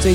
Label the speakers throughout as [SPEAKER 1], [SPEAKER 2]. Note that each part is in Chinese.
[SPEAKER 1] 最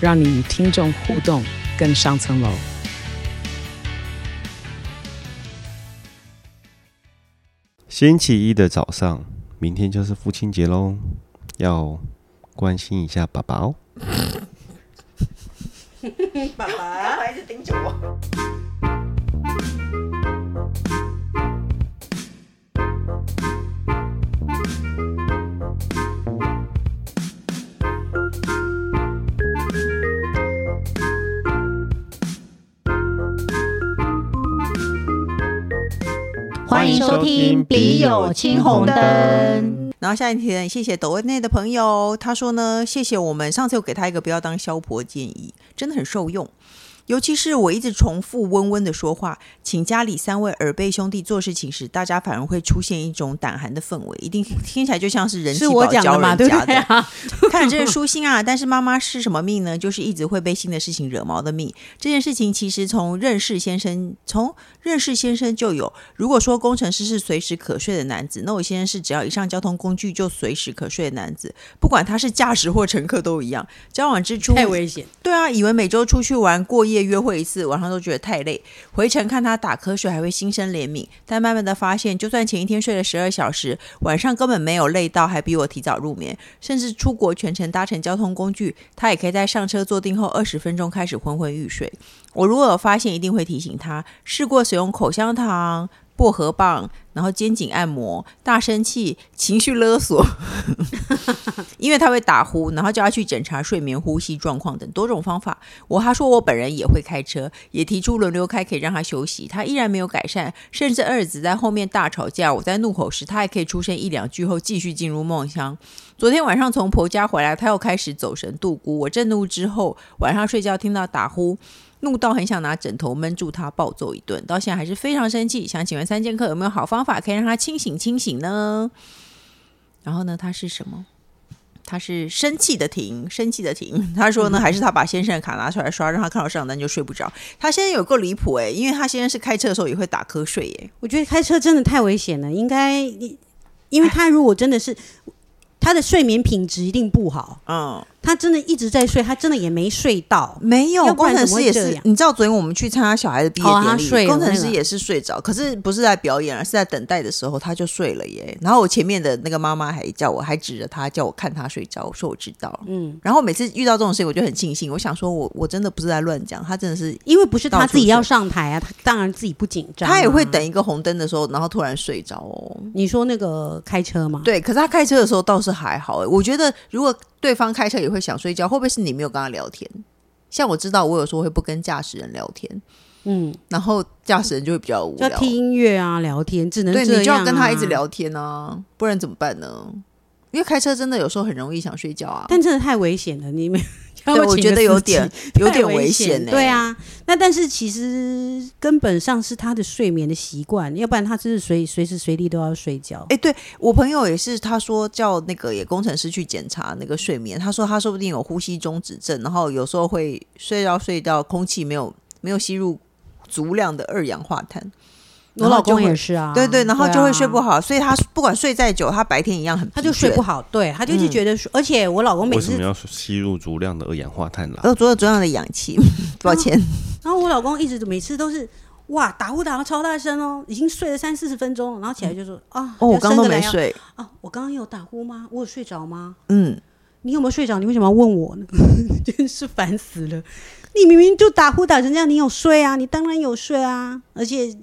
[SPEAKER 1] 让你与听众互动更上层楼。
[SPEAKER 2] 星期一的早上，明天就是父亲节喽，要关心一下爸爸哦。
[SPEAKER 3] 爸爸，
[SPEAKER 4] 一直盯着我。
[SPEAKER 5] 欢迎收听《笔友青红灯》。
[SPEAKER 3] 然后下一题呢？谢谢抖内的朋友，他说呢，谢谢我们上次有给他一个不要当消婆建议，真的很受用。尤其是我一直重复温温的说话，请家里三位耳背兄弟做事情时，大家反而会出现一种胆寒的氛围，一定听起来就像是人气
[SPEAKER 5] 是我
[SPEAKER 3] 宝
[SPEAKER 5] 讲
[SPEAKER 3] 教
[SPEAKER 5] 的嘛，
[SPEAKER 3] 人
[SPEAKER 5] 对
[SPEAKER 3] 家
[SPEAKER 5] 不对
[SPEAKER 3] 的。
[SPEAKER 5] 啊？
[SPEAKER 3] 看着真是舒心啊，但是妈妈是什么命呢？就是一直会被新的事情惹毛的命。这件事情其实从认识先生，从认识先生就有。如果说工程师是随时可睡的男子，那我先生是只要一上交通工具就随时可睡的男子，不管他是驾驶或乘客都一样。交往之初，
[SPEAKER 5] 太危险，
[SPEAKER 3] 对啊，以为每周出去玩、过夜、约会一次，晚上都觉得太累。回程看他打瞌睡，还会心生怜悯。但慢慢的发现，就算前一天睡了十二小时，晚上根本没有累到，还比我提早入眠。甚至出国全程搭乘交通工具，他也可以在上车坐定后二十分钟开始昏昏欲睡。我如果有发现，一定会提醒他。试过使用口香糖、薄荷棒，然后肩颈按摩、大生气、情绪勒索，因为他会打呼，然后叫他去检查睡眠、呼吸状况等多种方法。我他说我本人也会开车，也提出轮流开可以让他休息，他依然没有改善，甚至二子在后面大吵架，我在怒吼时，他还可以出声一两句后继续进入梦乡。昨天晚上从婆家回来，他又开始走神度孤，我震怒之后，晚上睡觉听到打呼。怒到很想拿枕头闷住他，暴揍一顿，到现在还是非常生气。想请问三剑客有没有好方法可以让他清醒清醒呢？然后呢，他是什么？他是生气的停， 生气的
[SPEAKER 5] 嗯
[SPEAKER 3] 停。他说呢，还是他把先生的卡拿出来刷，让他看到上单就睡不着。他现在有够离谱诶，因为他先生是开车的时候也会打瞌睡耶、
[SPEAKER 5] 我觉得开车真的太危险了。应该，因为他如果真的是他的睡眠品质一定不好，
[SPEAKER 3] 嗯，
[SPEAKER 5] 他真的一直在睡，他真的也没睡到。
[SPEAKER 3] 没有
[SPEAKER 5] 要不
[SPEAKER 3] 工
[SPEAKER 5] 然
[SPEAKER 3] 程
[SPEAKER 5] 怎么
[SPEAKER 3] 师
[SPEAKER 5] 会
[SPEAKER 3] 也
[SPEAKER 5] 这
[SPEAKER 3] 是
[SPEAKER 5] 样，
[SPEAKER 3] 你知道昨天我们去参加小孩的毕业
[SPEAKER 5] 哦他
[SPEAKER 3] 典礼，
[SPEAKER 5] 睡了
[SPEAKER 3] 工程
[SPEAKER 5] 那
[SPEAKER 3] 师
[SPEAKER 5] 个
[SPEAKER 3] 也是睡着，可是不是在表演，而是在等待的时候他就睡了耶。然后我前面的那个妈妈还叫我，还指着他叫我看他睡着，我说我知道。
[SPEAKER 5] 嗯，
[SPEAKER 3] 然后每次遇到这种事情，我就很庆幸，我想说我我真的不是在乱讲，他真的是。
[SPEAKER 5] 因为不是他自己
[SPEAKER 3] 到处
[SPEAKER 5] 要上台啊，他当然自己不紧张啊、
[SPEAKER 3] 他也会等一个红灯的时候，然后突然睡着哦。
[SPEAKER 5] 你说那个开车吗？
[SPEAKER 3] 对，可是他开车的时候倒是还好、欸。我觉得如果对方开车也会想睡觉，会不会是你没有跟他聊天？像我知道，我有时候会不跟驾驶人聊天，
[SPEAKER 5] 嗯，
[SPEAKER 3] 然后驾驶人就会比较无
[SPEAKER 5] 就
[SPEAKER 3] 聊。
[SPEAKER 5] 要听音乐啊，聊天，只能
[SPEAKER 3] 对
[SPEAKER 5] 这样、啊、
[SPEAKER 3] 你就要跟他一直聊天啊，不然怎么办呢？因为开车真的有时候很容易想睡觉啊。
[SPEAKER 5] 但真的太危险了， 你们要
[SPEAKER 3] 对，
[SPEAKER 5] 请
[SPEAKER 3] 我觉
[SPEAKER 5] 个
[SPEAKER 3] 得有
[SPEAKER 5] 司机
[SPEAKER 3] 点有
[SPEAKER 5] 太
[SPEAKER 3] 点
[SPEAKER 5] 危
[SPEAKER 3] 险欸呢、
[SPEAKER 5] 对，啊，那但是其实根本上是他的睡眠的习惯，要不然他就是随随时随地都要睡觉。
[SPEAKER 3] 哎、对我朋友也是，他说叫那个也工程师去检查那个睡眠，他说他说不定有呼吸中止症，然后有时候会睡到睡到空气没有没有吸入足量的二氧化碳。
[SPEAKER 5] 我老公也
[SPEAKER 3] 是、
[SPEAKER 5] 是啊，
[SPEAKER 3] 对对，然后就会睡不
[SPEAKER 5] 好，
[SPEAKER 3] 好，所以他不管睡再久，他白天一样很
[SPEAKER 5] 他就睡不
[SPEAKER 3] 好。
[SPEAKER 5] 好，对，他
[SPEAKER 3] 嗯
[SPEAKER 5] 就是觉得说，而且我老公每
[SPEAKER 2] 为什
[SPEAKER 5] 次
[SPEAKER 2] 么，要吸入足量的二氧化碳啦？
[SPEAKER 3] 呃，左有左样的氧气， 抱歉，
[SPEAKER 5] 然后我老公一直每次都是。哇，打呼打到超大声哦，已经睡了三四十分钟了，然后起来就说啊，
[SPEAKER 3] 哦，我刚刚都没
[SPEAKER 5] 要伸个懒
[SPEAKER 3] 睡，
[SPEAKER 5] 腰啊，我刚刚有打呼吗？我有睡着吗？
[SPEAKER 3] 嗯，
[SPEAKER 5] 你有没有睡着？你为什么要问我呢？ 真是烦死了！你明明就打呼打成这样，你有睡啊？你当然有睡啊！而且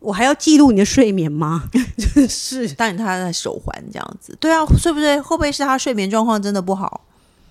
[SPEAKER 5] 我还要记录你的睡眠吗？ 真是，
[SPEAKER 3] 但他在手环这样子，对啊，睡不睡？会不会是他睡眠状况真的不好？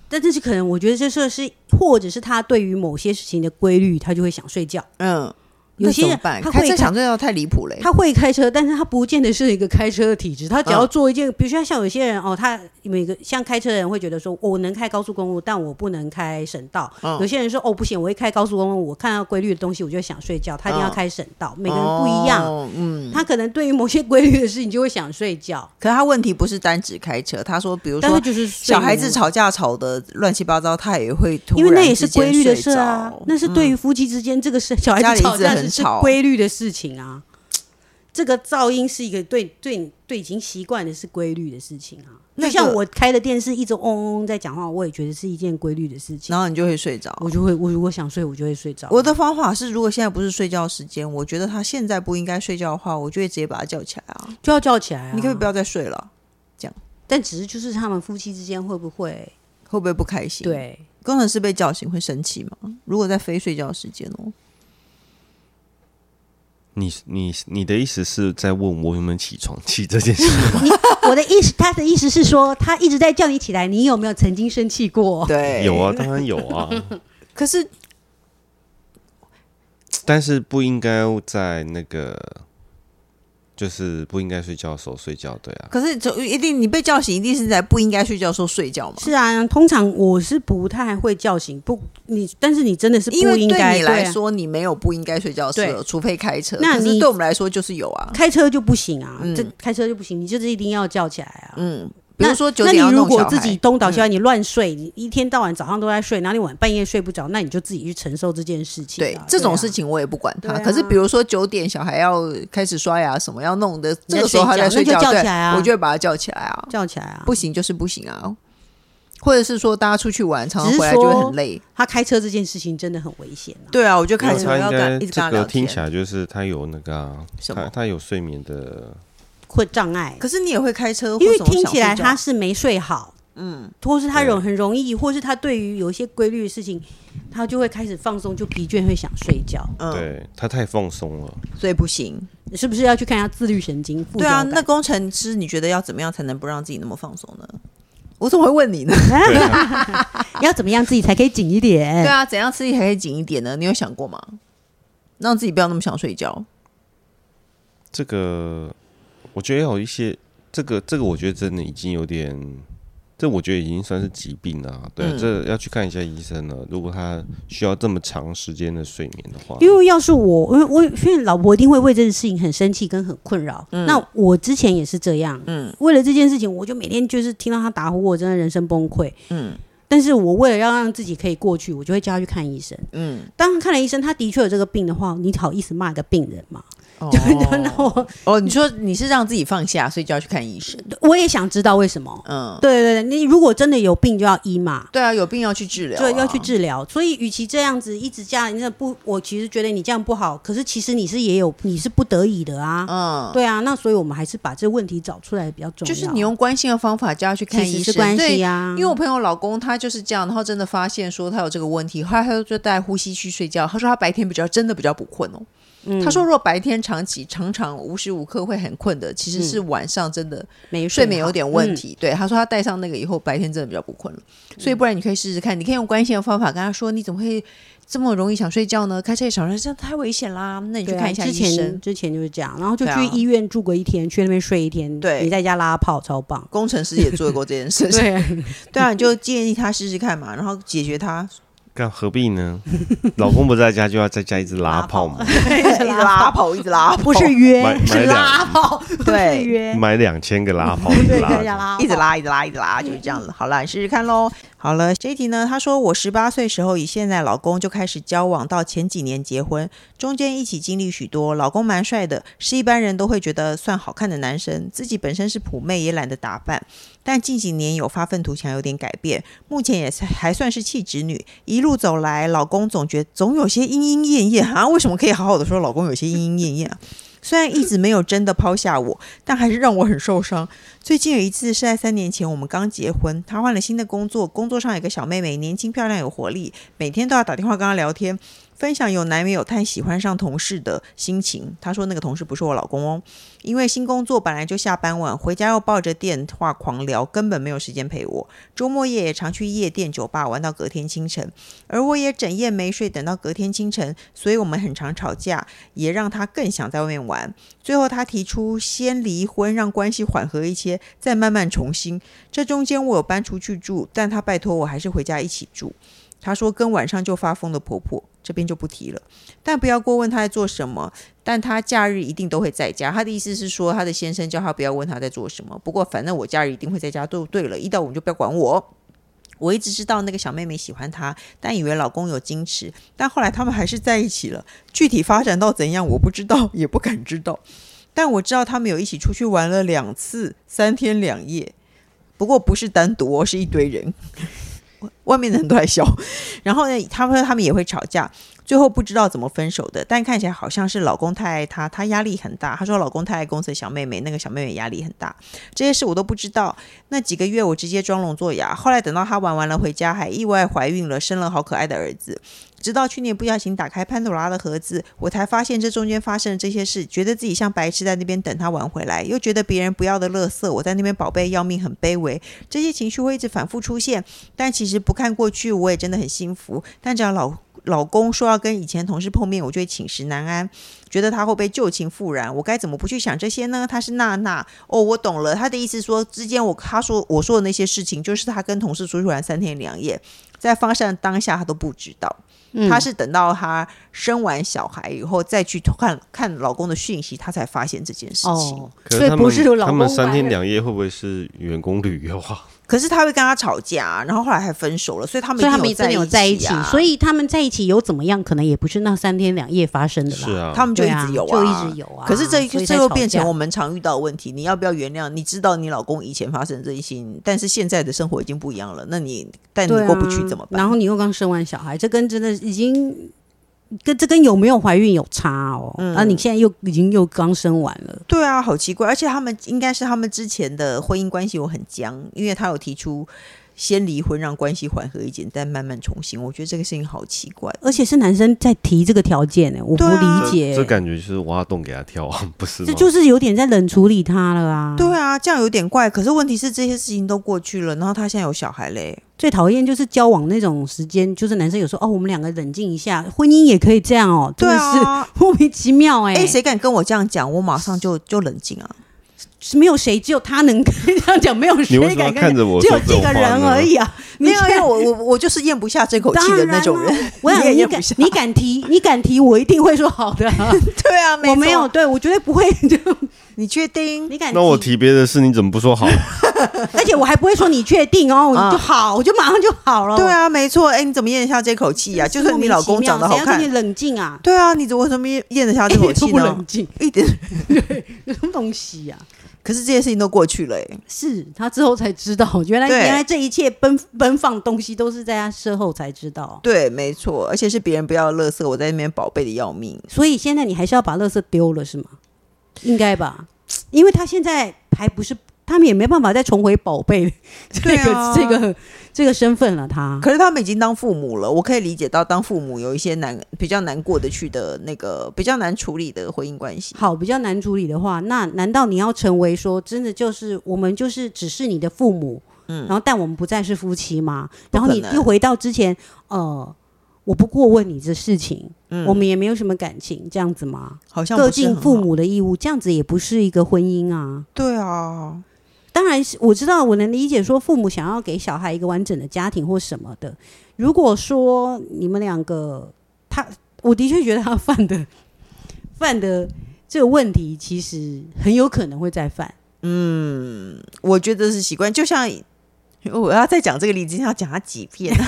[SPEAKER 5] 但这是可能，我觉得这事是，或者是他对于某些事情的规律，他就会想睡觉。
[SPEAKER 3] 嗯，
[SPEAKER 5] 有
[SPEAKER 3] 那
[SPEAKER 5] 些
[SPEAKER 3] 怎
[SPEAKER 5] 人
[SPEAKER 3] 么办？
[SPEAKER 5] 他
[SPEAKER 3] 开
[SPEAKER 5] 会
[SPEAKER 3] 车
[SPEAKER 5] 开
[SPEAKER 3] 抢这要太离谱嘞。
[SPEAKER 5] 他会开车，但是他不见得是一个开车的体质。他只要
[SPEAKER 3] 嗯
[SPEAKER 5] 做一件，比如说像有些人哦，他每个像开车的人会觉得说，哦我能开高速公路，但我不能开省道。
[SPEAKER 3] 嗯
[SPEAKER 5] 有些人说，哦，不行，我一开高速公路，我看到规律的东西，我就想睡觉。他一定要
[SPEAKER 3] 嗯
[SPEAKER 5] 开省道，每个人不一样。
[SPEAKER 3] 哦嗯，
[SPEAKER 5] 他可能对于某些规律的事情就会想睡觉，
[SPEAKER 3] 可是他问题不是单指开车，他说，比如
[SPEAKER 5] 但
[SPEAKER 3] 说
[SPEAKER 5] 是就是睡
[SPEAKER 3] 小孩子
[SPEAKER 5] 眠
[SPEAKER 3] 吵架吵得乱七八糟，他也会突然
[SPEAKER 5] 因为那也是
[SPEAKER 3] 之间
[SPEAKER 5] 规律的
[SPEAKER 3] 睡
[SPEAKER 5] 事啊
[SPEAKER 3] 着，嗯
[SPEAKER 5] 那是对于夫妻之间这个事， 小
[SPEAKER 3] 家
[SPEAKER 5] 孩
[SPEAKER 3] 里
[SPEAKER 5] 子
[SPEAKER 3] 一
[SPEAKER 5] 吵
[SPEAKER 3] 直
[SPEAKER 5] 架
[SPEAKER 3] 很
[SPEAKER 5] 是是
[SPEAKER 3] 吵
[SPEAKER 5] 规律的事情啊。这个噪音是一个对对对已经习惯的是规律的事情啊。
[SPEAKER 3] 那
[SPEAKER 5] 就像
[SPEAKER 3] 个
[SPEAKER 5] 我开的电视一直嗡嗡嗡在讲话，我也觉得是一件规律的事情。
[SPEAKER 3] 然后你就会睡着。
[SPEAKER 5] 我就会，我如果想睡，我就会睡着。
[SPEAKER 3] 我的方法是，如果现在不是睡觉时间，我觉得他现在不应该睡觉的话，我就会直接把他叫起来啊。
[SPEAKER 5] 就要叫起来、啊。
[SPEAKER 3] 你可不可以不要再睡了，
[SPEAKER 5] 但只是就是他们夫妻之间会不会
[SPEAKER 3] 会不会不开心？，
[SPEAKER 5] 对？
[SPEAKER 3] 工程师被叫醒会生气吗？如果在非睡觉时间哦，
[SPEAKER 2] 你你你的意思是在问我有没有起床气这件事吗？
[SPEAKER 5] 我的意思，他的意思是说，他一直在叫你起来，你有没有曾经生气 过？
[SPEAKER 3] 对
[SPEAKER 2] 有啊，。当然有 啊，
[SPEAKER 3] 可是
[SPEAKER 2] 但是不应该在那个，就是不应该睡觉的时候睡觉，对啊。
[SPEAKER 3] 可是就一定你被叫醒，一定是在不应该睡觉的时候睡觉嘛？
[SPEAKER 5] 是啊，通常我是不太会叫醒不你，但是你真的是不
[SPEAKER 3] 因为
[SPEAKER 5] 应该
[SPEAKER 3] 对你来、
[SPEAKER 5] 对啊
[SPEAKER 3] 说，你没有不应该睡觉的时候，
[SPEAKER 5] 对
[SPEAKER 3] 除非开车。
[SPEAKER 5] 那
[SPEAKER 3] 可是
[SPEAKER 5] 你
[SPEAKER 3] 对我们来说就是有啊。
[SPEAKER 5] 开车就不行啊，
[SPEAKER 3] 嗯
[SPEAKER 5] 这开车就不行，你就是一定要叫起来啊。
[SPEAKER 3] 嗯，比
[SPEAKER 5] 那
[SPEAKER 3] 如说九
[SPEAKER 5] 那
[SPEAKER 3] 点要
[SPEAKER 5] 你如
[SPEAKER 3] 弄
[SPEAKER 5] 果
[SPEAKER 3] 小孩嗯
[SPEAKER 5] 自己东倒西歪，你乱睡，你一天到晚早上都在睡，哪里晚半夜睡不着，那你就自己去承受这件事情啊、
[SPEAKER 3] 对这种
[SPEAKER 5] 啊
[SPEAKER 3] 事，情我也不管他。
[SPEAKER 5] 对啊
[SPEAKER 3] 可是比如说九点小孩要开始刷牙什么要弄的，这个时候他在睡
[SPEAKER 5] 那就叫
[SPEAKER 3] 对
[SPEAKER 5] 起来啊
[SPEAKER 3] 我就会把他叫起来啊。
[SPEAKER 5] 叫起来啊。
[SPEAKER 3] 不行就是不行啊，或者是说大家出去玩，常常
[SPEAKER 5] 只是
[SPEAKER 3] 回来就会
[SPEAKER 5] 说
[SPEAKER 3] 很累。
[SPEAKER 5] 他开车这件事情真的很危险啊。
[SPEAKER 3] 对啊，我就
[SPEAKER 2] 没
[SPEAKER 3] 开
[SPEAKER 2] 有
[SPEAKER 3] 始
[SPEAKER 2] 他
[SPEAKER 3] 要
[SPEAKER 2] 应
[SPEAKER 3] 跟
[SPEAKER 2] 该
[SPEAKER 3] 一直跟他
[SPEAKER 2] 这
[SPEAKER 3] 聊
[SPEAKER 2] 个
[SPEAKER 3] 天
[SPEAKER 2] 听起。来就是他有那个、啊，
[SPEAKER 3] 什么
[SPEAKER 2] 他他有睡眠的，
[SPEAKER 5] 会障碍，
[SPEAKER 3] 可是你也会开车，
[SPEAKER 5] 因
[SPEAKER 3] 或
[SPEAKER 5] 为
[SPEAKER 3] 什么
[SPEAKER 5] 听
[SPEAKER 3] 想
[SPEAKER 5] 起来
[SPEAKER 3] 睡觉
[SPEAKER 5] 他是没睡好，
[SPEAKER 3] 嗯，
[SPEAKER 5] 或是他
[SPEAKER 2] 对
[SPEAKER 5] 容很容易，或是他对于有一些规律的事情，他就会开始放松，就疲倦，会想睡觉。
[SPEAKER 3] 嗯，
[SPEAKER 2] 对他太放松了。
[SPEAKER 3] 所以不行。
[SPEAKER 5] 是不是要去看一下自律神经？副
[SPEAKER 3] 对啊，
[SPEAKER 5] 交感
[SPEAKER 3] 那 工程师你觉得要怎么样才能不让自己那么放松呢？我怎么会问你呢？
[SPEAKER 2] 对啊
[SPEAKER 5] 要怎么样自己才可以紧一点？
[SPEAKER 3] 对啊，怎样刺激还可以紧一点呢？你有想过吗？让自己不要那么想睡觉。
[SPEAKER 2] 这个我觉得有一些，这个这个我觉得真的已经有点，这我觉得已经算是疾病了啊。对啊，
[SPEAKER 3] 嗯
[SPEAKER 2] 这要去看一下医生了。如果他需要这么长时间的睡眠的
[SPEAKER 3] 哦
[SPEAKER 2] 话，
[SPEAKER 5] 因为要是我，因为我因为老婆一定会为这件事情很生气跟很困扰。那我之前也是这样，
[SPEAKER 3] 嗯
[SPEAKER 5] 为了这件事情，我就每天就是听到他打呼，我真的人生崩溃。
[SPEAKER 3] 嗯
[SPEAKER 5] 但是我为了要让自己可以过去，我就会叫他去看医生。
[SPEAKER 3] 嗯，
[SPEAKER 5] 当他看了医生，他的确有这个病的话，你好意思骂个病人吗？
[SPEAKER 3] 哦
[SPEAKER 5] 就那我
[SPEAKER 3] 哦，你说你是让自己放下，所以就要去看医生。
[SPEAKER 5] 我也想知道为什么。
[SPEAKER 3] 嗯，
[SPEAKER 5] 对对对，你如果真的有病，就要医嘛。
[SPEAKER 3] 对啊，有病要去治疗啊、
[SPEAKER 5] 对，要去治疗。所以，与其这样子一直这样，那不，我其实觉得你这样不好。可是，其实你是也有，你是不得已的啊。
[SPEAKER 3] 嗯。
[SPEAKER 5] 对啊，那所以我们还是把这问题找出来比较重
[SPEAKER 3] 就
[SPEAKER 5] 要。
[SPEAKER 3] 是你用关心的方法叫他去看
[SPEAKER 5] 其
[SPEAKER 3] 医
[SPEAKER 5] 实
[SPEAKER 3] 生，
[SPEAKER 5] 是关
[SPEAKER 3] 对
[SPEAKER 5] 系啊，
[SPEAKER 3] 因为我朋友老公他就是这样，然后真的发现说他有这个问题，后来他就带呼吸去睡觉。他说他白天比较真的比较不困哦。
[SPEAKER 5] 嗯
[SPEAKER 3] 他说如果白天长期常常无时无刻会很困的，其实
[SPEAKER 5] 嗯
[SPEAKER 3] 是晚上真的
[SPEAKER 5] 没
[SPEAKER 3] 睡眠有
[SPEAKER 5] 好嗯
[SPEAKER 3] 点问。题。对，他说他戴上那个以后，白天真的比较不困了。所以不然你可以试试看，你可以用关心的方法跟他说，你怎么会这么容易想睡觉呢？开车也想睡觉，这样太危险啦。那
[SPEAKER 5] 嗯
[SPEAKER 3] 你去
[SPEAKER 5] 对啊
[SPEAKER 3] 看一下
[SPEAKER 5] 之
[SPEAKER 3] 医
[SPEAKER 5] 前
[SPEAKER 3] 生。
[SPEAKER 5] 之前就是这样，然后就
[SPEAKER 3] 对啊
[SPEAKER 5] 去医院住过一天，去那边睡一天。
[SPEAKER 3] 对
[SPEAKER 5] 你在家拉炮超棒。
[SPEAKER 3] 工程师也做过这件事情，
[SPEAKER 5] 对，
[SPEAKER 3] 对啊，你就建议他试试看嘛，然后解决他
[SPEAKER 2] 干何必呢？ 老公不在家就要在家一直拉炮 吗？
[SPEAKER 3] 一直拉跑，一直拉跑，
[SPEAKER 5] 不是约
[SPEAKER 2] 买，买
[SPEAKER 5] 是
[SPEAKER 2] 两
[SPEAKER 5] 拉炮，不是
[SPEAKER 3] 对
[SPEAKER 5] 约。
[SPEAKER 2] 买两千个拉炮，
[SPEAKER 5] 对，
[SPEAKER 2] 拉
[SPEAKER 5] 在
[SPEAKER 2] 着
[SPEAKER 5] 家拉炮，
[SPEAKER 3] 一直拉，一直拉，一直拉，就是这样子。好了，你试试看喽。好了，这一题呢，他说我十八岁时候与现在老公就开始交往，到前几年结婚，中间一起经历许多。老公蛮帅的，是一般人都会觉得算好看的男生。自己本身是普妹，也懒得打扮，但近几年有发愤图强，有点改变。目前也是还算是气质女。一路走来，老公总觉总有些莺莺燕 燕啊，为什么可以好好的说老公有些莺莺燕燕啊？虽然一直没有真的抛下我，但还是让我很受伤。最近有一次是在三年前，我们刚结婚，他换了新的工作，工作上有个小妹妹，年轻漂亮有活力，每天都要打电话跟她聊天。分享有男友太喜欢上同事的心情。他说那个同事不是我老公哦，因为新工作本来就下班晚，回家又抱着电话狂聊，根本没有时间陪我。周末夜也常去夜店、酒吧玩到隔天清晨，而我也整夜没睡，等到隔天清晨，所以我们很常吵架，也让他更想在外面玩。最后他提出先离婚，让关系缓和一些，再慢慢重新。这中间我有搬出去住，但他拜托我还是回家一起住。他说跟晚上就发疯的婆婆这边就不提了，但不要过问她在做什么。但她假日一定都会在家。她的意思是说，她的先生叫她不要问她在做什么。不过反正我假日一定会在家，就对了。一到五就不要管我。我一直知道那个小妹妹喜欢他，但以为老公有矜持，但后来他们还是在一起了。具体发展到怎样，我不知道，也不敢知道。但我知道他们有一起出去玩了两次，三天两夜。不过不是单独哦，是一堆人， 外面的人都在笑。 然后呢，他们他们也会吵架，最后不知道怎么分手的。但看起来好像是老公太爱她，她压力很大。她说老公太爱公司的小妹妹，那个小妹妹压力很大。这些事我都不知道。那几个月我直接装聋作哑。后来等到她玩完了回家，还意外怀孕了，生了好可爱的儿子。直到去年不小心打开潘朵拉的盒子，我才发现这中间发生的这些事，觉得自己像白痴在那边等他玩回来，又觉得别人不要的垃圾，我在那边宝贝要命，很卑微。这些情绪会一直反复出现，但其实不看过去，我也真的很幸福。但只要老老公说要跟以前同事碰面，我就会寝食难安，觉得他会被旧情复燃。我该怎么不去想这些呢？他是娜娜哦，我懂了，他的意思说，之间我他说我说的那些事情，就是他跟同事出去玩三天两夜，在发生的当下他都不知道。
[SPEAKER 5] 嗯
[SPEAKER 3] 她是等到她生完小孩以后再去看看老公的讯息，她才发现这件事情。
[SPEAKER 5] 哦，
[SPEAKER 2] 可
[SPEAKER 5] 所以
[SPEAKER 2] 他
[SPEAKER 5] 不是
[SPEAKER 2] 们
[SPEAKER 5] 老
[SPEAKER 2] 他
[SPEAKER 5] 公
[SPEAKER 2] 们三
[SPEAKER 5] 玩
[SPEAKER 2] 天
[SPEAKER 5] 了
[SPEAKER 2] 两夜会不会是员工旅游啊？
[SPEAKER 3] 可是她会跟他吵架，啊然后后来还分手了，所以他们
[SPEAKER 5] 所以他们
[SPEAKER 3] 一定
[SPEAKER 5] 真的有
[SPEAKER 3] 有
[SPEAKER 5] 在一
[SPEAKER 3] 一
[SPEAKER 5] 起
[SPEAKER 3] 啊，，
[SPEAKER 5] 所以他们在一起有怎么样，可能也不是那三天两夜发生的啦。
[SPEAKER 2] 是，啊，
[SPEAKER 3] 他们就
[SPEAKER 5] 对
[SPEAKER 3] 一
[SPEAKER 5] 啊
[SPEAKER 3] 直有
[SPEAKER 5] 就一直有啊
[SPEAKER 3] 可是这
[SPEAKER 5] 所以才
[SPEAKER 3] 这又
[SPEAKER 5] 吵
[SPEAKER 3] 变成
[SPEAKER 5] 架
[SPEAKER 3] 我们常遇到的问题，你要不要原谅？你知道你老公以前发生这一些，但是现在的生活已经不一样了，那你但你
[SPEAKER 5] 对啊
[SPEAKER 3] 过不去怎么办？
[SPEAKER 5] 然后你又刚生完小孩，这跟真的已经跟这跟有没有怀孕有差哦。
[SPEAKER 3] 嗯
[SPEAKER 5] 啊，你现在又已经又刚生完了，
[SPEAKER 3] 对啊，好奇怪，而且他们应该是他们之前的婚姻关系有很僵，因为他有提出先离婚让关系缓和一点，但慢慢重新。我觉得这个事情好奇怪。
[SPEAKER 5] 而且是男生在提这个条件呢、我不
[SPEAKER 3] 对啊
[SPEAKER 5] 理解、
[SPEAKER 2] 这感觉就是挖洞给他跳啊，不是吗？
[SPEAKER 5] 这就是有点在冷处理他了啊。
[SPEAKER 3] 对啊，这样有点怪。可是问题是这些事情都过去了，然后他现在有小孩嘞。
[SPEAKER 5] 最讨厌就是交往那种时间，就是男生有说哦，我们两个冷静一下，婚姻也可以这样哦，真
[SPEAKER 3] 对
[SPEAKER 5] 的是
[SPEAKER 3] 啊，
[SPEAKER 5] 莫名其妙哎、
[SPEAKER 3] 哎、谁敢跟我这样讲，我马上就就冷静啊。
[SPEAKER 5] 没有谁，只有他能 跟这样讲，没有
[SPEAKER 2] 你
[SPEAKER 5] 谁
[SPEAKER 2] 为什么
[SPEAKER 5] 敢
[SPEAKER 2] 要
[SPEAKER 5] 跟
[SPEAKER 2] 看着我
[SPEAKER 5] 只有
[SPEAKER 2] 说
[SPEAKER 5] 这
[SPEAKER 2] 种
[SPEAKER 5] 个
[SPEAKER 2] 话
[SPEAKER 5] 人
[SPEAKER 2] 呢
[SPEAKER 5] 而已啊。
[SPEAKER 3] 没有，
[SPEAKER 5] 你
[SPEAKER 3] 因为我我我就是咽不下这口气的那种
[SPEAKER 5] 当啊
[SPEAKER 3] 人。
[SPEAKER 5] 我
[SPEAKER 3] 你
[SPEAKER 5] 想
[SPEAKER 3] 也
[SPEAKER 5] 你
[SPEAKER 3] 咽不
[SPEAKER 5] 敢
[SPEAKER 3] 下
[SPEAKER 5] 你敢提，你敢提，我一定会 说好的啊、
[SPEAKER 3] 对啊，
[SPEAKER 5] 我没有，
[SPEAKER 3] 错，
[SPEAKER 5] 对我绝对不会。 就
[SPEAKER 3] 你确定？
[SPEAKER 5] 你敢
[SPEAKER 2] 那我，提别的事，你怎么不说好？
[SPEAKER 5] 而且我还不会说你确定哦，
[SPEAKER 3] 啊
[SPEAKER 5] 你就好，我就马上就好了。
[SPEAKER 3] 对，啊，没错。哎、你怎么咽得下这口气啊？就算你老公长得好
[SPEAKER 5] 谁要跟
[SPEAKER 3] 看
[SPEAKER 5] 你，冷静啊？
[SPEAKER 3] 对啊，你怎么怎么咽得下这口
[SPEAKER 5] 一点 都
[SPEAKER 3] 气
[SPEAKER 5] 不
[SPEAKER 3] 呢
[SPEAKER 5] 冷？静，
[SPEAKER 3] 一 点。
[SPEAKER 5] 有什么东西呀、啊？
[SPEAKER 3] 可是这些事情都过去了、哎，
[SPEAKER 5] 是他之后才知道，原来
[SPEAKER 3] 对
[SPEAKER 5] 原来这一切奔奔放东西都是在他事后才知道。
[SPEAKER 3] 对，没错，而且是别人不要乐色，我在那边宝贝的要命。
[SPEAKER 5] 所以现在你还是要把垃圾丢了是吗？应该吧，因为他现在还不是，他们也没办法再重回宝贝这
[SPEAKER 3] 对
[SPEAKER 5] 个、
[SPEAKER 3] 啊
[SPEAKER 5] 这个这个身份了。他
[SPEAKER 3] 可是他们已经当父母了，我可以理解到当父母有一些难，比较难过得去的那个，比较难处理的婚姻关系。
[SPEAKER 5] 好比较难处理的话，那难道你要成为说真的就是我们就是只是你的父母，
[SPEAKER 3] 嗯
[SPEAKER 5] 然后但我们不再是夫妻吗？
[SPEAKER 3] 不
[SPEAKER 5] 然
[SPEAKER 3] 可
[SPEAKER 5] 后
[SPEAKER 3] 能
[SPEAKER 5] 你又回到之前，呃，我不过问你这事情，
[SPEAKER 3] 嗯
[SPEAKER 5] 我们也没有什么感情，这样子吗？
[SPEAKER 3] 好像
[SPEAKER 5] 各
[SPEAKER 3] 不是很
[SPEAKER 5] 尽
[SPEAKER 3] 好
[SPEAKER 5] 父。母的义务，这样子也不是一个婚姻啊。
[SPEAKER 3] 对啊，
[SPEAKER 5] 当然是，我知道，我能理解说父母想要给小孩一个完整的家庭或什么的。如果说你们两个，他我的确觉得他犯的 犯的这个问题，其实很有可能会再犯。
[SPEAKER 3] 我觉得是习惯，就像。我要再讲这个例子，要讲他几 遍、啊。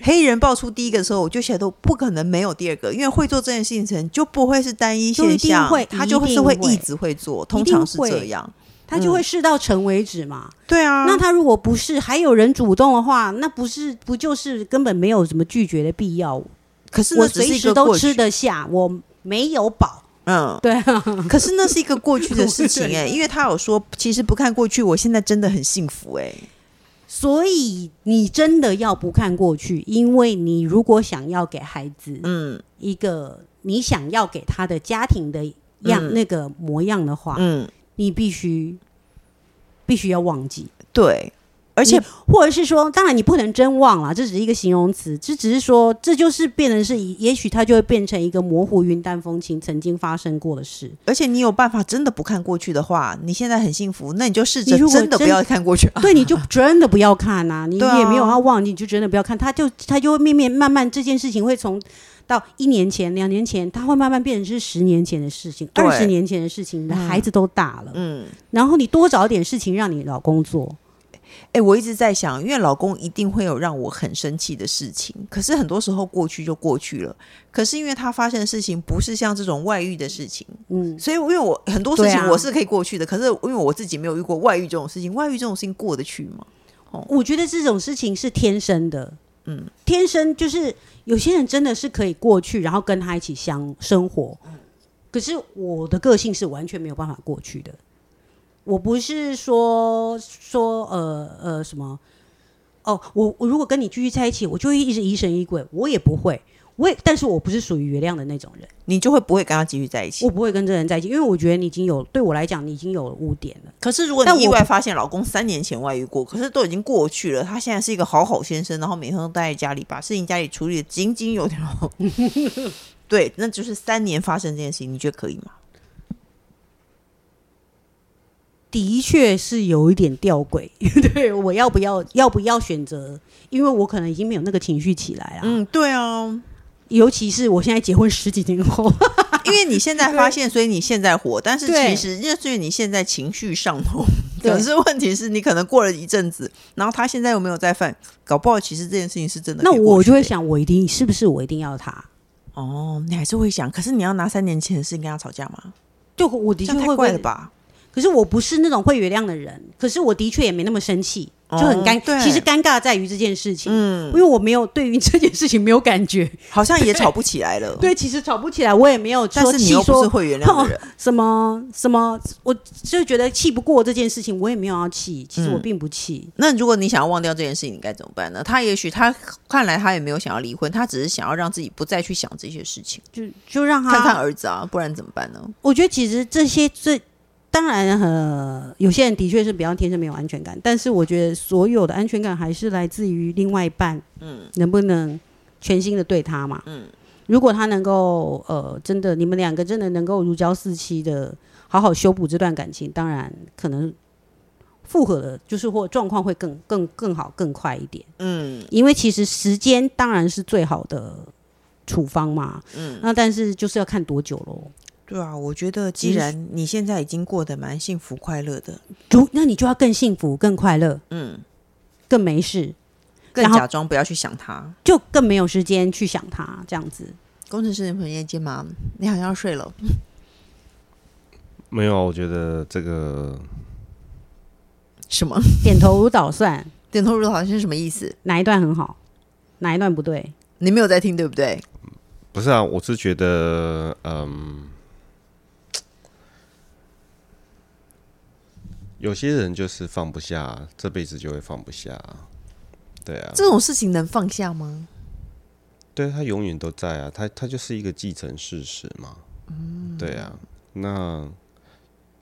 [SPEAKER 3] 黑人爆出第一个的时候，我就觉得不可能没有第二个，因为会做这件事情的人就不会是单一
[SPEAKER 5] 就一
[SPEAKER 3] 现
[SPEAKER 5] 定
[SPEAKER 3] 象，
[SPEAKER 5] 会
[SPEAKER 3] 他就
[SPEAKER 5] 一
[SPEAKER 3] 是
[SPEAKER 5] 定
[SPEAKER 3] 会
[SPEAKER 5] 会
[SPEAKER 3] 一直会做，通
[SPEAKER 5] 一定
[SPEAKER 3] 常是
[SPEAKER 5] 会
[SPEAKER 3] 这样。
[SPEAKER 5] 他就会事到成为止嘛。
[SPEAKER 3] 对啊，
[SPEAKER 5] 那他如果不是还有人主动的话，那不是不就是根本没有什么拒绝的必要？
[SPEAKER 3] 可是那
[SPEAKER 5] 我
[SPEAKER 3] 只
[SPEAKER 5] 随
[SPEAKER 3] 是一
[SPEAKER 5] 时
[SPEAKER 3] 个
[SPEAKER 5] 都
[SPEAKER 3] 过
[SPEAKER 5] 吃
[SPEAKER 3] 去，
[SPEAKER 5] 得下，我没有饱。
[SPEAKER 3] 嗯，
[SPEAKER 5] 对啊，
[SPEAKER 3] 可是那是一个过去的事情
[SPEAKER 5] 对
[SPEAKER 3] 哎、因为他有说，其实不看过去，我现在真的很幸福哎、
[SPEAKER 5] 所以你真的要不看过去，因为你如果想要给孩子
[SPEAKER 3] 嗯
[SPEAKER 5] 一个你想要给他的家庭的样、
[SPEAKER 3] 嗯
[SPEAKER 5] 那个模样的话，
[SPEAKER 3] 嗯，
[SPEAKER 5] 你必须必须要忘记，
[SPEAKER 3] 对，而且
[SPEAKER 5] 你或者是说，当然你不能真忘了，这只是一个形容词，这只是说，这就是变成是以，也许它就会变成一个模糊云淡风轻曾经发生过的事。
[SPEAKER 3] 而且你有办法真的不看过去的话，你现在很幸福，那你就试着
[SPEAKER 5] 你如果
[SPEAKER 3] 真的不
[SPEAKER 5] 真
[SPEAKER 3] 要看过 去啊。
[SPEAKER 5] 对，你就真的不要 看呐、你
[SPEAKER 3] 对啊
[SPEAKER 5] 也没有要忘记，你就真的不要看，它就它就会慢慢慢慢这件事情会从到一年前、两年前，它会慢慢变成是十年前的事情、
[SPEAKER 3] 对
[SPEAKER 5] 二十年前的事情，你的
[SPEAKER 3] 嗯
[SPEAKER 5] 孩子都大了，
[SPEAKER 3] 嗯，
[SPEAKER 5] 然后你多找点事情让你老公做，
[SPEAKER 3] 哎、我一直在想，因为老公一定会有让我很生气的事情，可是很多时候过去就过去了。可是因为他发生的事情不是像这种外遇的事情，
[SPEAKER 5] 嗯，
[SPEAKER 3] 所以因为我很多事
[SPEAKER 5] 对
[SPEAKER 3] 情
[SPEAKER 5] 啊
[SPEAKER 3] 我是可以过去的，可是因为我自己没有遇过外遇这种事情，外遇这种事情过得去吗？
[SPEAKER 5] 我觉得这种事情是天生的，
[SPEAKER 3] 嗯
[SPEAKER 5] 嗯，天生就是有些人真的是可以过去，然后跟他一起相生活。可是我的个性是完全没有办法过去的。我不是说说呃呃什么哦，我我如果跟你继续在一起，我就会一直疑神疑鬼，我也不会，我也，但是我不是属于原谅的那种人。
[SPEAKER 3] 你就会不会跟他继续在一起
[SPEAKER 5] 我？不会跟这个人在一起，因为我觉得你已经有对我来讲，你已经有污点了。
[SPEAKER 3] 可是如果
[SPEAKER 5] 但
[SPEAKER 3] 你意
[SPEAKER 5] 我
[SPEAKER 3] 外发现老公三年前外遇过，可是都已经过去了，他现在是一个好好先生，然后每天都待在家里，把事情家里处理的井井有条。 对，那就是三年发生这件事情，你觉得可以吗？
[SPEAKER 5] 的确是有一点吊诡， 对我要不要要不要选择？因为我可能已经没有那个情绪起来了，
[SPEAKER 3] 嗯，对啊，
[SPEAKER 5] 尤其是我现在结婚十几年后，
[SPEAKER 3] 因为你现在发现，所以你现在火，但是
[SPEAKER 5] 对
[SPEAKER 3] 其实因为所以你现在情绪上头，
[SPEAKER 5] 对
[SPEAKER 3] 可是问题是你可能过了一阵子，然后他现在有没有再犯？搞不好其实这件事情是真的可
[SPEAKER 5] 那
[SPEAKER 3] 以过
[SPEAKER 5] 我
[SPEAKER 3] 去
[SPEAKER 5] 就
[SPEAKER 3] 的耶。
[SPEAKER 5] 会想，我一定是不是我一定要他？
[SPEAKER 3] 哦，你还是会想，可是你要拿三年前的事情跟他吵架吗？
[SPEAKER 5] 就我的
[SPEAKER 3] 这
[SPEAKER 5] 确
[SPEAKER 3] 样
[SPEAKER 5] 会
[SPEAKER 3] 太怪了
[SPEAKER 5] 会，
[SPEAKER 3] 吧？
[SPEAKER 5] 可是我不是那种会原谅的人，可是我的确也没那么生气，就很
[SPEAKER 3] 哦
[SPEAKER 5] 尴。
[SPEAKER 3] 对
[SPEAKER 5] 其实尴尬在于这件事情，因
[SPEAKER 3] 嗯，
[SPEAKER 5] 为我没有对于这件事情没有感觉。
[SPEAKER 3] 好像也吵不起来 了。，
[SPEAKER 5] 对，其实吵不起来，我也没有
[SPEAKER 3] 但
[SPEAKER 5] 说
[SPEAKER 3] 是你
[SPEAKER 5] 气
[SPEAKER 3] 又不
[SPEAKER 5] 说
[SPEAKER 3] 是会原谅的人。
[SPEAKER 5] 什么什么，我就觉得气不过这件事情，我也没有要气，其实我
[SPEAKER 3] 嗯
[SPEAKER 5] 并不气。
[SPEAKER 3] 那如果你想要忘掉这件事情，你该怎么办呢？他也许他看来他也没有想要离婚，他只是想要让自己不再去想这些事情，
[SPEAKER 5] 就就让他
[SPEAKER 3] 看看儿子啊，不然怎么办呢？
[SPEAKER 5] 我觉得其实这些这当然呃，有些人的确是比较天生没有安全感，但是我觉得所有的安全感还是来自于另外一半，嗯，能不能全心的对他嘛，嗯，如果他能够呃，真的你们两个真的能够如胶似漆的好好修补这段感情，当然可能。复合的，就是或状况会更更更好、更快一点，
[SPEAKER 3] 嗯
[SPEAKER 5] 因为其实时间当然是最好的处方嘛。
[SPEAKER 3] 嗯，
[SPEAKER 5] 那但是就是要看多久喽。
[SPEAKER 3] 对啊，我觉得既
[SPEAKER 5] 你
[SPEAKER 3] 然你现在已经过得蛮幸福快乐的，
[SPEAKER 5] 如那你就要更幸福、更快乐、
[SPEAKER 3] 嗯，
[SPEAKER 5] 更没事，
[SPEAKER 3] 更
[SPEAKER 5] 然后
[SPEAKER 3] 假装不要去想他。
[SPEAKER 5] 就更没有时间去想他这样子。
[SPEAKER 3] 工程师你朋友接吗？你好像要睡了。
[SPEAKER 2] 没有啊，我觉得这个
[SPEAKER 3] 什么？
[SPEAKER 5] 点头如捣蒜，
[SPEAKER 3] 点头如捣蒜是什么意思？
[SPEAKER 5] 哪一段很好，哪一段不对？
[SPEAKER 3] 你没有在听对不对？
[SPEAKER 2] 不是啊，我是觉得，嗯，有些人就是放不下，这辈子就会放不下，对啊，
[SPEAKER 3] 这种事情能放下吗？
[SPEAKER 2] 对他永远都在啊，他他就是一个既成事实嘛，对啊，那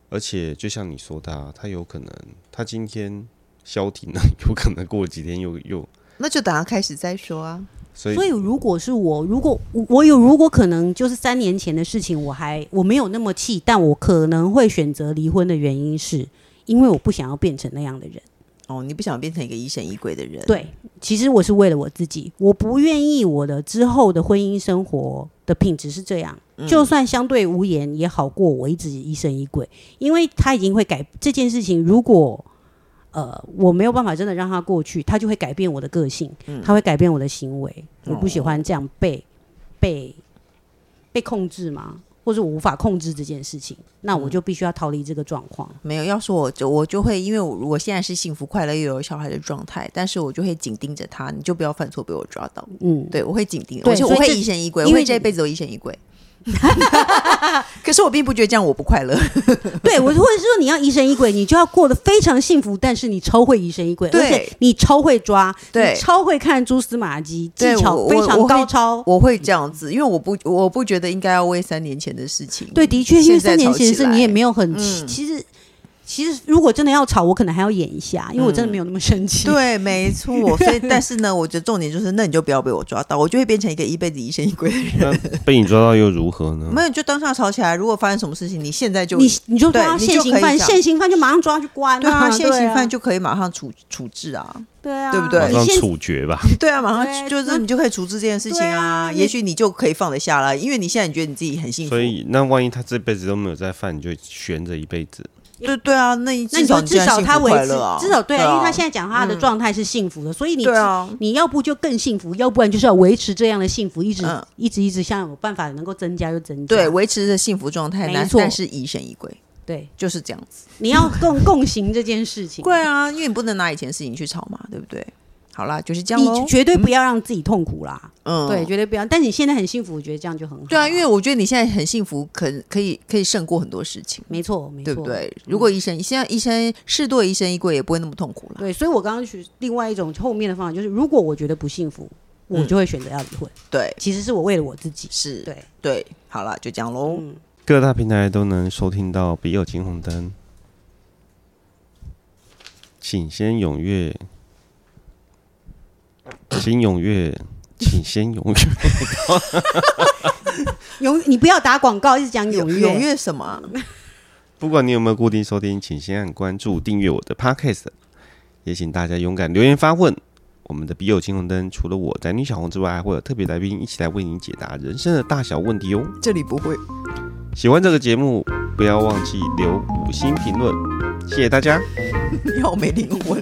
[SPEAKER 2] 而且就像你说的、啊，他有可能他今天消停了， 有可能过几天又又，
[SPEAKER 3] 那就等他开始再说啊。
[SPEAKER 2] 所以
[SPEAKER 5] 所以如果是我，如果我我有如果可能，就是三年前的事情，我还我没有那么气，但我可能会选择离婚的原因是。因为我不想要变成那样的人，
[SPEAKER 3] 哦，你不想变成一个疑神疑鬼的人。，
[SPEAKER 5] 对，其实我是为了我自己，我不愿意我的之后的婚姻生活的品质是这样，
[SPEAKER 3] 嗯
[SPEAKER 5] 就算相对无言也好过我一直疑神疑鬼，因为他已经会改这件事情。如果呃我没有办法真的让他过去，他就会改变我的个性，
[SPEAKER 3] 嗯
[SPEAKER 5] 他会改变我的行为。
[SPEAKER 3] 哦
[SPEAKER 5] 我不喜欢这样被被被控制嘛，或者我无法控制这件事情，那
[SPEAKER 3] 嗯
[SPEAKER 5] 我就必须要逃离这个状况。
[SPEAKER 3] 没有。要说我就我就会，因为我如果现在是幸福快乐又有小孩的状态，但是我就会紧盯着他，你就不要犯错被我抓到。
[SPEAKER 5] 嗯，
[SPEAKER 3] 对，我会紧盯，
[SPEAKER 5] 对
[SPEAKER 3] 而且我
[SPEAKER 5] 所以
[SPEAKER 3] 会
[SPEAKER 5] 这
[SPEAKER 3] 疑神疑鬼，我
[SPEAKER 5] 因为
[SPEAKER 3] 会这
[SPEAKER 5] 你
[SPEAKER 3] 辈子都疑神疑鬼。 可是我并不觉得这样我不快乐。
[SPEAKER 5] 对我，或者是说你要疑神疑鬼，你就要过得非常幸福，但是你超会疑神疑鬼，
[SPEAKER 3] 对
[SPEAKER 5] 而且你超会抓，
[SPEAKER 3] 对
[SPEAKER 5] 你超会看蛛丝马迹，技
[SPEAKER 3] 对
[SPEAKER 5] 巧
[SPEAKER 3] 我
[SPEAKER 5] 非
[SPEAKER 3] 我
[SPEAKER 5] 常
[SPEAKER 3] 我会
[SPEAKER 5] 高超。
[SPEAKER 3] 我会这样子，因为我不我不觉得应该要为三年前的事情。
[SPEAKER 5] 对，的确，因为
[SPEAKER 3] 嗯现在
[SPEAKER 5] 三年
[SPEAKER 3] 吵
[SPEAKER 5] 前的
[SPEAKER 3] 起
[SPEAKER 5] 事你也
[SPEAKER 3] 来嗯
[SPEAKER 5] 没有很，其实其实如果真的要吵，我可能还要演一下，因为我真的没有那么生气。
[SPEAKER 3] 嗯对，没错。所以，但是呢，我觉得重点就是，那你就不要被我抓到，我就会变成一个一辈子疑神疑鬼的人。
[SPEAKER 2] 那被你抓到又如何 呢
[SPEAKER 3] 没？有，就当下吵起来。如果发生什么事情，你现在就
[SPEAKER 5] 你你就
[SPEAKER 3] 对
[SPEAKER 5] 抓
[SPEAKER 3] 你
[SPEAKER 5] 现
[SPEAKER 3] 就
[SPEAKER 5] 行
[SPEAKER 3] 可以
[SPEAKER 5] 犯，
[SPEAKER 3] 讲
[SPEAKER 5] 现行犯就马上抓去关
[SPEAKER 3] 对啊，现行犯
[SPEAKER 5] 就
[SPEAKER 3] 就可以马上处处置啊。
[SPEAKER 5] 对啊，
[SPEAKER 3] 对不对
[SPEAKER 2] 马
[SPEAKER 5] 你
[SPEAKER 2] 上
[SPEAKER 5] 现
[SPEAKER 2] 处决吧。
[SPEAKER 3] 对啊，马上
[SPEAKER 5] 对
[SPEAKER 3] 就是
[SPEAKER 5] 那
[SPEAKER 3] 你就可以处置这件事情
[SPEAKER 5] 对
[SPEAKER 3] 啊。
[SPEAKER 5] 啊
[SPEAKER 3] 也
[SPEAKER 5] 你
[SPEAKER 3] 许你就可以放得下了，因为你现在你觉得你自己很幸福。
[SPEAKER 2] 所以，那万一他这辈子都没有再犯，你就悬着一辈子。
[SPEAKER 3] 对对啊，那你
[SPEAKER 5] 那你
[SPEAKER 3] 少
[SPEAKER 5] 就
[SPEAKER 3] 你
[SPEAKER 5] 至
[SPEAKER 3] 现在
[SPEAKER 5] 少
[SPEAKER 3] 幸
[SPEAKER 5] 他
[SPEAKER 3] 福
[SPEAKER 5] 维
[SPEAKER 3] 快
[SPEAKER 5] 持
[SPEAKER 3] 乐啊，，
[SPEAKER 5] 至少对啊，因为他现
[SPEAKER 3] 在
[SPEAKER 5] 在讲他的
[SPEAKER 3] 嗯
[SPEAKER 5] 状态是幸福的，所以你
[SPEAKER 3] 对啊，
[SPEAKER 5] 你要不就更幸福，要不然就是要维持这样的幸福，一直、
[SPEAKER 3] 嗯
[SPEAKER 5] 一直一直像有办法能够增加就增加。
[SPEAKER 3] 对啊维持着幸福状态，
[SPEAKER 5] 没
[SPEAKER 3] 但
[SPEAKER 5] 错
[SPEAKER 3] 但是疑神疑鬼
[SPEAKER 5] 对，
[SPEAKER 3] 就是这样子。
[SPEAKER 5] 你要共共行这件事 情，
[SPEAKER 3] 对啊，因为你不能拿以前的事情去吵嘛，对不对？好啦，就是这样喽
[SPEAKER 5] 你。绝对不要让自己痛苦啦。
[SPEAKER 3] 嗯，
[SPEAKER 5] 对，绝对不要。但你现在很幸福，我觉得这样就很好。
[SPEAKER 3] 对啊，因为我觉得你现在很幸福，可可以可以胜过很多事情，
[SPEAKER 5] 没错，没
[SPEAKER 3] 对
[SPEAKER 5] 错，
[SPEAKER 3] 不？对？如果医生现在医生适度的医生衣柜也不会那么痛苦了。
[SPEAKER 5] 对，所以我刚刚去另外一种后面的方法就是，如果我觉得不幸福，我就会选择要离婚。
[SPEAKER 3] 对，
[SPEAKER 5] 其实是我为了我自己。
[SPEAKER 3] 是，
[SPEAKER 5] 对，
[SPEAKER 3] 对，好啦，就这样喽。
[SPEAKER 5] 嗯，
[SPEAKER 2] 各大平台都能收听到《笔友青红灯》，请先踊跃，请踊跃，请先踊跃。
[SPEAKER 5] 永你不要打广告，一直讲永
[SPEAKER 3] 踊
[SPEAKER 5] 远。
[SPEAKER 3] 跃什么 啊？
[SPEAKER 2] 不管你有没有固定收听，请先按关注、订阅我的 Podcast，也请大家勇敢留言发问。我们的笔友青红灯，除了我宅女小红之外，还会有特别来宾一起来为您解答人生的大小问题哦。
[SPEAKER 3] 这里不会。
[SPEAKER 2] 喜欢这个节目，不要忘记留五星评论，谢谢大家。
[SPEAKER 3] 你好没灵魂。